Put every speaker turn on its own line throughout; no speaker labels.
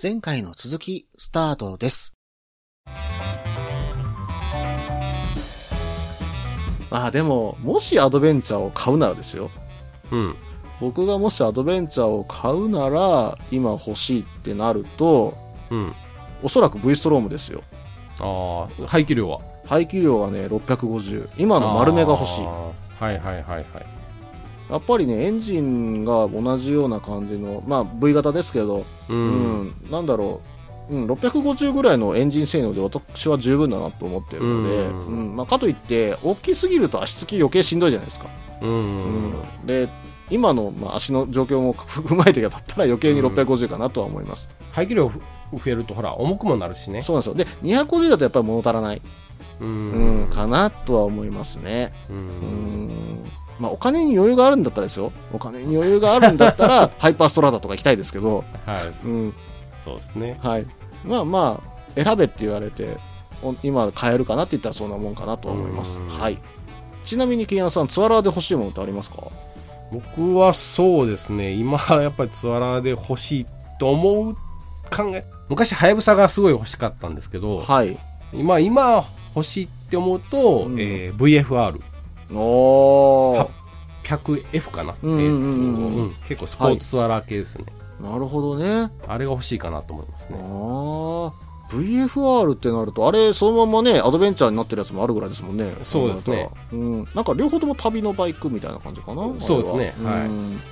前回の続き、スタートです。
まあでも、もしアドベンチャーを買うならですよ。
うん。
僕がもしアドベンチャーを買うなら、今欲しいってなると、
うん。
おそらく V ストロームですよ。
ああ、排気量は
排気量はね、650。今の丸めが欲しい。
あ
や
ーはいはいはいはい。
っぱりね、エンジンが同じような感じの、まあ V 型ですけど、
う。
うんん、なんだろう、うん、650ぐらいのエンジン性能で私は十分だなと思ってるので、
うん
うんまあ、かといって、大きすぎると足つき余計しんどいじゃないですか。
うん。
うんで今の、まあ、足の状況も 踏まえてだったら余計に650かなとは思います、
排気量ふ増えるとほら、重くもなるしね。
そうなんですよで250だとやっぱり物足らない、
う
うん
ん。
かなとは思いますね
う
うん
ん。
まあ、お金に余裕があるんだったらですよお金に余裕があるんだったら ハイパーストラダとか行きたいですけど、
はい。
う
そ
ん
そうですね。
はい、まあまあ選べって言われてお今買えるかなって言ったらそんなもんかなとは思います、
うん
はい、ちなみに桐山さんツアラーで欲しいものってありますか
僕はそうですね。今、やっぱりツアラーで欲しいと思う考え。昔、ハヤブサがすごい欲しかったんですけど、
はい
今、今欲しいって思うと、
うん
えー、
おー
VFR100F かな。
うんうんうんうん
えーとうん結構スポーツツアラー系ですね。
なるほどね
あれが欲しいかなと思いますね。
ああ VFR ってなるとあれそのままねアドベンチャーになってるやつもあるぐらいですもんね
そうですね
うんなんか両方とも旅のバイクみたいな感じかな
そうですね
あれは
はい
うんで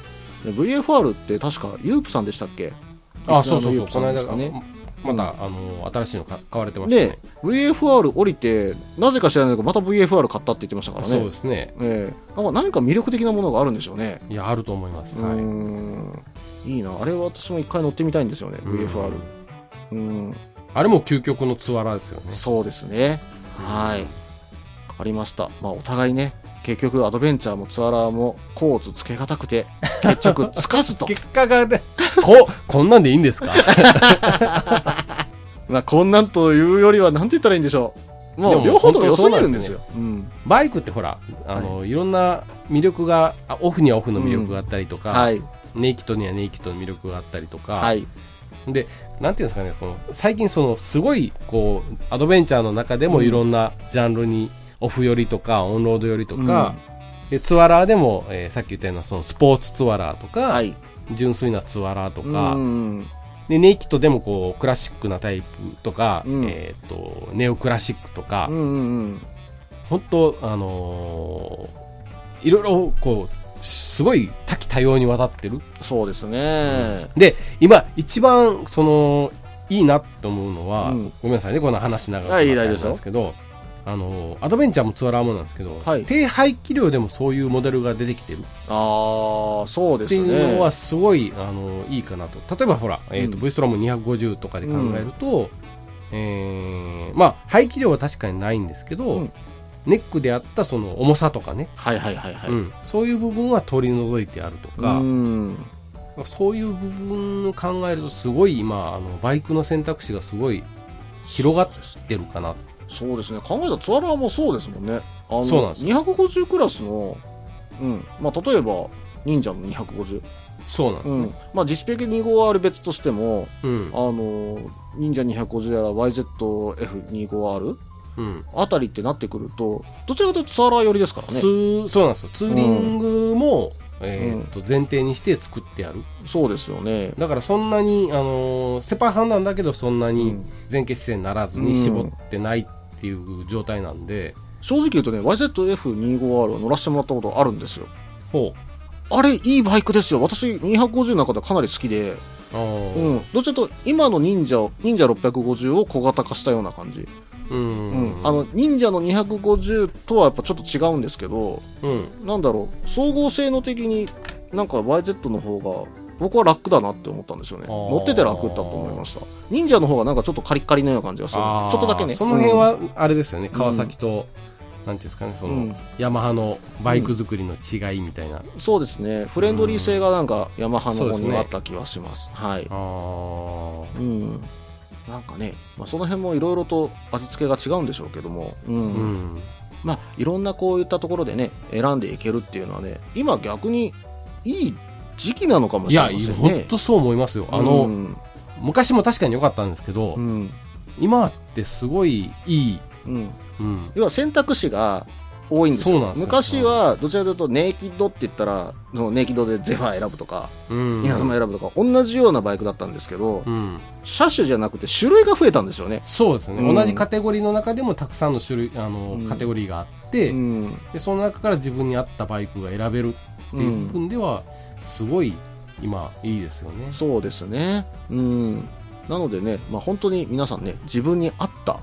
VFR って確かユープさんでしたっけ
あ、そうそうそう。
リス
こ
ナ
の
ーのユープさんですか
間
ね、
まだ、あの、新しいのか買われてましたね
で。VFR 降りてなぜか知らないけどまた VFR 買ったって言ってましたからね
そうですね。
ええなんか何か魅力的なものがあるんでしょうね
いや、あると思います。は
う
い。
んいいなあれは私も一回乗ってみたいんですよね VFR うん
あれも究極のツアラですよ ね。
そうですね。はい。わかりました。まあ、お互いね、結局、アドベンチャーもツアラーも、コーツつけがたくて、決着つかずと。
結果がで、こ、こんなんでいいんですか
まあ、こんなんというよりは、なんて言ったらいいんでしょう。も
で
う、
も
両方とも良すぎるんですよ。うん
バイクってほら、あの、いろんな魅力が、あオフにはオフの魅力があったりとか、
はい。
ネイキッドにはネイキッドの魅力があったりと
は
か、
い。
で、なんていうんですかね、この、最近その、すごい、こう、アドベンチャーの中でもいろんなジャンルに、オフ寄りとか、オンロード寄りとか、で、ツアラーでも、えーさっき言ったような、その、スポーツツアラーとか、
はい。
純粋なツアラーと
う
か、
ん。
でネイキッドでもこうクラシックなタイプとか、
うん
えー、とネオクラシックとか、
うんうん
本当あのーいろいろこうすごい多岐多様にわたってる
そうですね。
で今一番そのいいなと思うのは、
うん
ごめんなさいねこの話長くな
あ
っ
いい
て
大丈夫
なんで
ですよ
すけどあのーアドベンチャーもツアラーもなんですけど、
はい
低排気量でもそういうモデルが出てきてる
ああ、そうで
って
す
いう
ね
の。はすごいあのいいかなと例えばほら、えー
う
と
ん
V ストローム250とかで考えると、えーまあ排気量は確かにないんですけど、
うん
ネックであったその重さとかね、
はいはいはいはい。
うんそういう部分は取り除いてあるとか、
うん。
そういう部分を考えるとすごい今あのバイクの選択肢がすごい広がってるかな
そうですね考えたらツアラーもそうですもんねあの
そうなんです
250クラスの、うんまあ、例えば忍者の250、
そうなんで
う
す
ん
ね、
まあ、実ペケ25R 別としても
うん
あの忍者250やら YZF25R
うん
あたりってなってくるとどちらかというとツアラー寄りですからね
ツーそうなんですよツーリングも、えーと前提にして作ってある
そうですよね
だからそんなに、あのーセパハンなんだけどそんな
う
に
ん
前傾姿勢にならず
うん
に絞ってないっていう状態なんで、
正直言うとね YZF25R を乗らせてもらったことあるんですよ
ほ
あれいいバイクですよ私250の中ではかなり好きで、
うあー
うん、どちらかというと今の忍者を忍者650を小型化したような感じ
うん
うん、あの忍者の250とはやっぱちょっと違うんですけど
うん
なんだろう総合性能的になんか YZ の方が僕は楽だなって思ったんですよね
あー
乗ってて楽だと思いました忍者の方がなんかちょっとカリッカリのような感じがするち
あ
ょ
ー
っとだけね
その辺、はあれですよね、川崎となんていうんですかね
う
そ
ん
の、
うん
ヤマハのバイク作りの違いみたいな、
そうですねフレンドリー性がなんかヤマハの
そうで
方
す
に
ね
はあった気はしますはい
あー
うんなんかね、まあ、その辺もいろいろと味付けが違うんでしょうけども、
う
うん
ん
まあ、いろんなこういったところでね、選んでいけるっていうのはね、今逆にいい時期なのかも
い
しれま
や
せんね。
本当そう思いますよあの、
うん
昔も確かに良かったんですけど、
うん。
今ってすごいいい、
うん。
うん、
要は選択肢が多いんですよ。
そうなんですよ
昔は、どちらかというと、ネイキッドって言ったら、そのネイキッドでゼファー選ぶとか、
うん
稲妻選ぶとか、同じようなバイクだったんですけど、
うん、
車種じゃなくて種類が増えたんですよね。
そうですね、
うん
同じカテゴリーの中でもたくさんの種類あの、
うん
カテゴリーがあって、
うん。
でその中から自分に合ったバイクが選べるっていう部分では、すごい今いいですよね。
そうですね。うん。なのでね、まあ、本当に皆さんね、自分に合った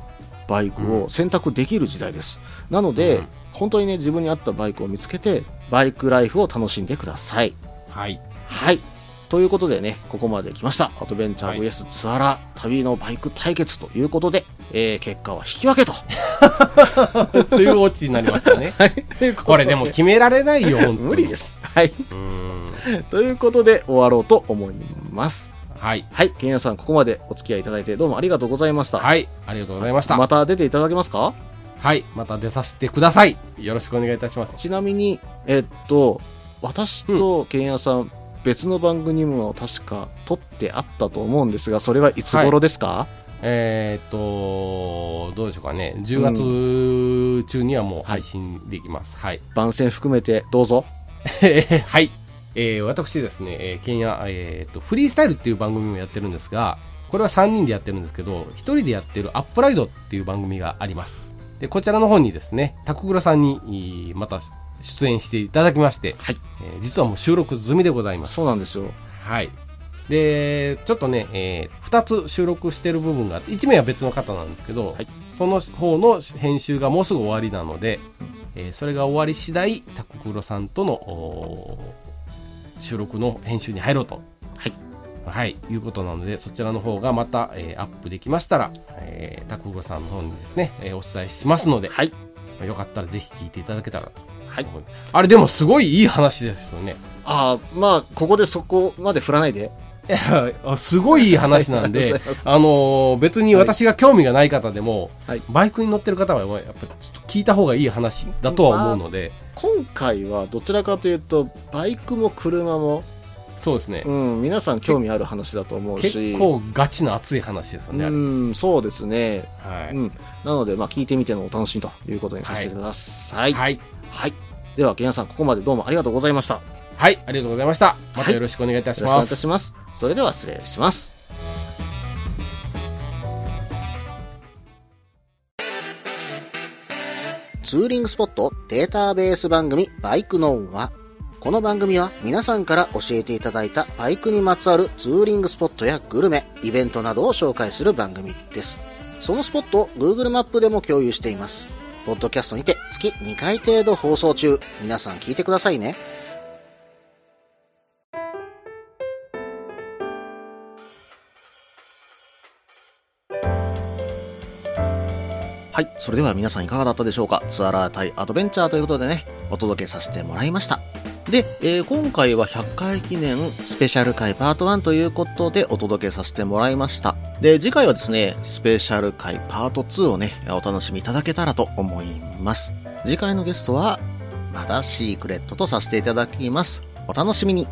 バイクを選択できる時代です。なので、
うん
本当にね、自分に合ったバイクを見つけて、バイクライフを楽しんでください。
はい、
はい。ということでね、ここまで来ました。アドベンチャ
は
ー
い
VS ツアラ、旅のバイク対決ということで、えー、結果は引き分けと。
というオチになりましたね。 これでも決められないよ、本当に
無理で。す。はい。
うん
ということで、終わろうと思います。
はい、
はい。ケンヤさん、ここまでお付き合いいただいてどうもありがとうございました。
はい、ありがとうございました。
また出ていただけますか
はい、また出させてください。よろしくお願いいたします。
ちなみに、えっと、私とケンヤさん、別の番組も確か撮ってあったと思うんですが、それはいつ頃ですか、
えーっと、どうでしょうかね。10月中にはもう配信できます。はい。
番宣含めてどうぞ。
はい。えー私ですね、えー、ケンヤ、えーっと、フリースタイルっていう番組もやってるんですが、これは3人でやってるんですけど、1人でやってるアップライドっていう番組があります。で、こちらの方にですね、タクグラさんに、えーまた出演していただきまして、
はい
えー実はもう収録済みでございます。
そうなんですよ。
はい。で、ちょっとね、え2つ収録してる部分があって、1名は別の方なんですけど、
はい
その方の編集がもうすぐ終わりなので、えーそれが終わり次第、タククロさんとのおー収録の編集に入ろうと。
はい。
はい、いうことなので、そちらの方がまた、えーアップできましたら、えー、タククロさんの方にですね、えーお伝えしますので、
はい。
よかったらぜひ聞いていただけたらと。
はい。
あれ、でもすごいいい話ですよね。
ああ、まあ、ここでそこまで振らないで。
いやあすごいいい 話なん
あり
で
がとうございます、
あのー別に私が興味がない方でも、
はい
バイクに乗ってる方はやっぱちょっと聞いた方がいい話だとは思うので、
今回はどちらかというと、バイクも車も、
そうですね、
うん、皆さん興味ある話だと思うし。
結構ガチな熱い話ですよね、あ
う
れ
ん、そうですね。
は
うん。なので、まあ、聞いてみてのお楽しみということにさせてください。
い、
はい。
はい
では、皆さん、ここまでどうもありがとうございました。よ
はい、ありがとうございましたま
は
た
い
よろしくお願いいたし
ろしくお願
ま
いいた
す、
します。それでは、失礼します。ツーリングスポットデータベース番組バイクノンは、この番組は皆さんから教えていただいたバイクにまつわるツーリングスポットやグルメ、イベントなどを紹介する番組です。そのスポットを Google マップでも共有しています。ポッドキャストにて月2回程度放送中。皆さん聞いてくださいね。はい。それでは皆さんいかがだったでしょうかツアラー対アドベンチャーということでね、お届けさせてもらいました。で、えー今回は100回記念スペシャル回パート1ということでお届けさせてもらいました。で、次回はですね、スペシャル回パート2をね、お楽しみいただけたらと思います。次回のゲストは、またシークレットとさせていただきます。お楽しみに。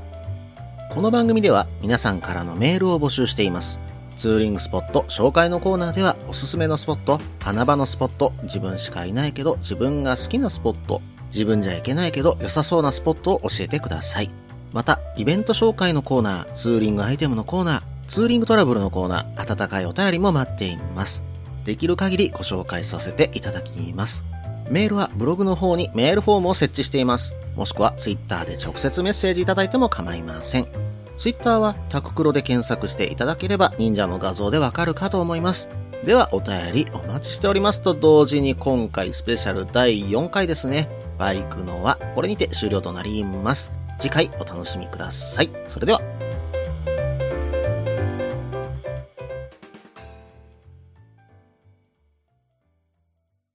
この番組では皆さんからのメールを募集しています。ツーリングスポット紹介のコーナーではおすすめのスポット、花場のスポット、自分しかいないけど自分が好きなスポット、自分じゃいけないけど良さそうなスポットを教えてください。また、イベント紹介のコーナー、ツーリングアイテムのコーナー、ツーリングトラブルのコーナー、温かいお便りも待っています。できる限りご紹介させていただきます。メールはブログの方にメールフォームを設置しています。もしくはツイッターで直接メッセージいただいても構いません。ツイッターはタククロで検索していただければ忍者の画像でわかるかと思います。ではお便りお待ちしておりますと同時に今回スペシャル第4回ですね。バイクのはこれにて終了となります。次回お楽しみください。それでは